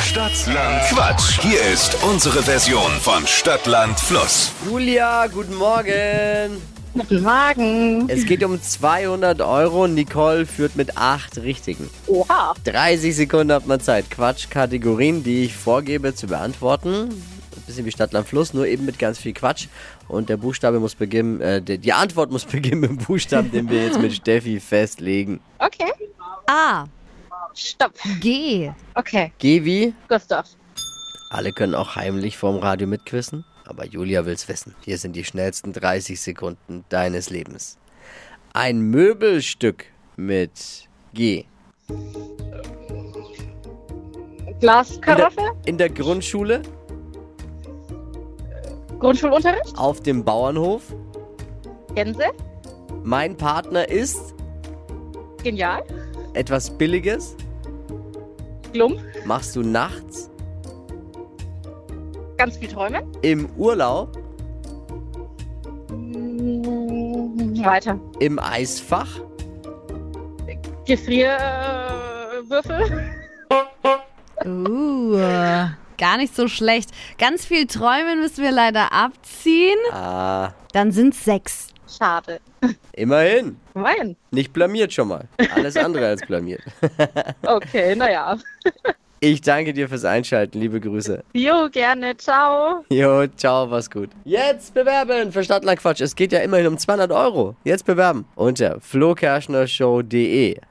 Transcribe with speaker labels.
Speaker 1: Stadtland Quatsch. Hier ist unsere Version von Stadtland Fluss.
Speaker 2: Julia, guten Morgen.
Speaker 3: Guten Morgen.
Speaker 2: Es geht um 200 Euro. Nicole führt mit acht Richtigen.
Speaker 3: Oha.
Speaker 2: 30 Sekunden hat man Zeit, Quatschkategorien, die ich vorgebe, zu beantworten. Ein bisschen wie Stadtland Fluss, nur eben mit ganz viel Quatsch. Und der Buchstabe muss beginnen, äh, die die Antwort muss beginnen mit dem Buchstaben, den wir jetzt mit Steffi festlegen.
Speaker 3: Okay.
Speaker 4: A.
Speaker 3: Stopp.
Speaker 4: G.
Speaker 3: Okay.
Speaker 2: Geh wie?
Speaker 3: Gustav.
Speaker 2: Alle können auch heimlich vorm Radio mitquissen, aber Julia will's wissen. Hier sind die schnellsten 30 Sekunden deines Lebens. Ein Möbelstück mit G. In der,
Speaker 3: Glaskaraffe.
Speaker 2: in der Grundschule,
Speaker 3: Grundschulunterricht.
Speaker 2: auf dem Bauernhof.
Speaker 3: Gänse.
Speaker 2: Mein Partner ist
Speaker 3: Genial.
Speaker 2: etwas Billiges.
Speaker 3: Glump.
Speaker 2: Machst du nachts
Speaker 3: Ganz viel Träume.
Speaker 2: im Urlaub
Speaker 3: Mm, Weiter.
Speaker 2: im Eisfach.
Speaker 3: Gefrierwürfel.
Speaker 4: Uh, gar nicht so schlecht. Ganz viel Träumen müssen wir leider abziehen.
Speaker 2: Ah,
Speaker 4: Dann sind sechs.
Speaker 3: Schade.
Speaker 2: immerhin.
Speaker 3: Nein.
Speaker 2: Nicht blamiert schon mal. Alles andere als blamiert.
Speaker 3: Okay, naja.
Speaker 2: Ich danke dir fürs Einschalten. Liebe Grüße.
Speaker 3: Jo, gerne. Ciao.
Speaker 2: Jo, ciao, was gut. Jetzt bewerben für Stadtlandquatsch. Es geht ja immerhin um 200 Euro. Jetzt bewerben unter flokerschnershow.de.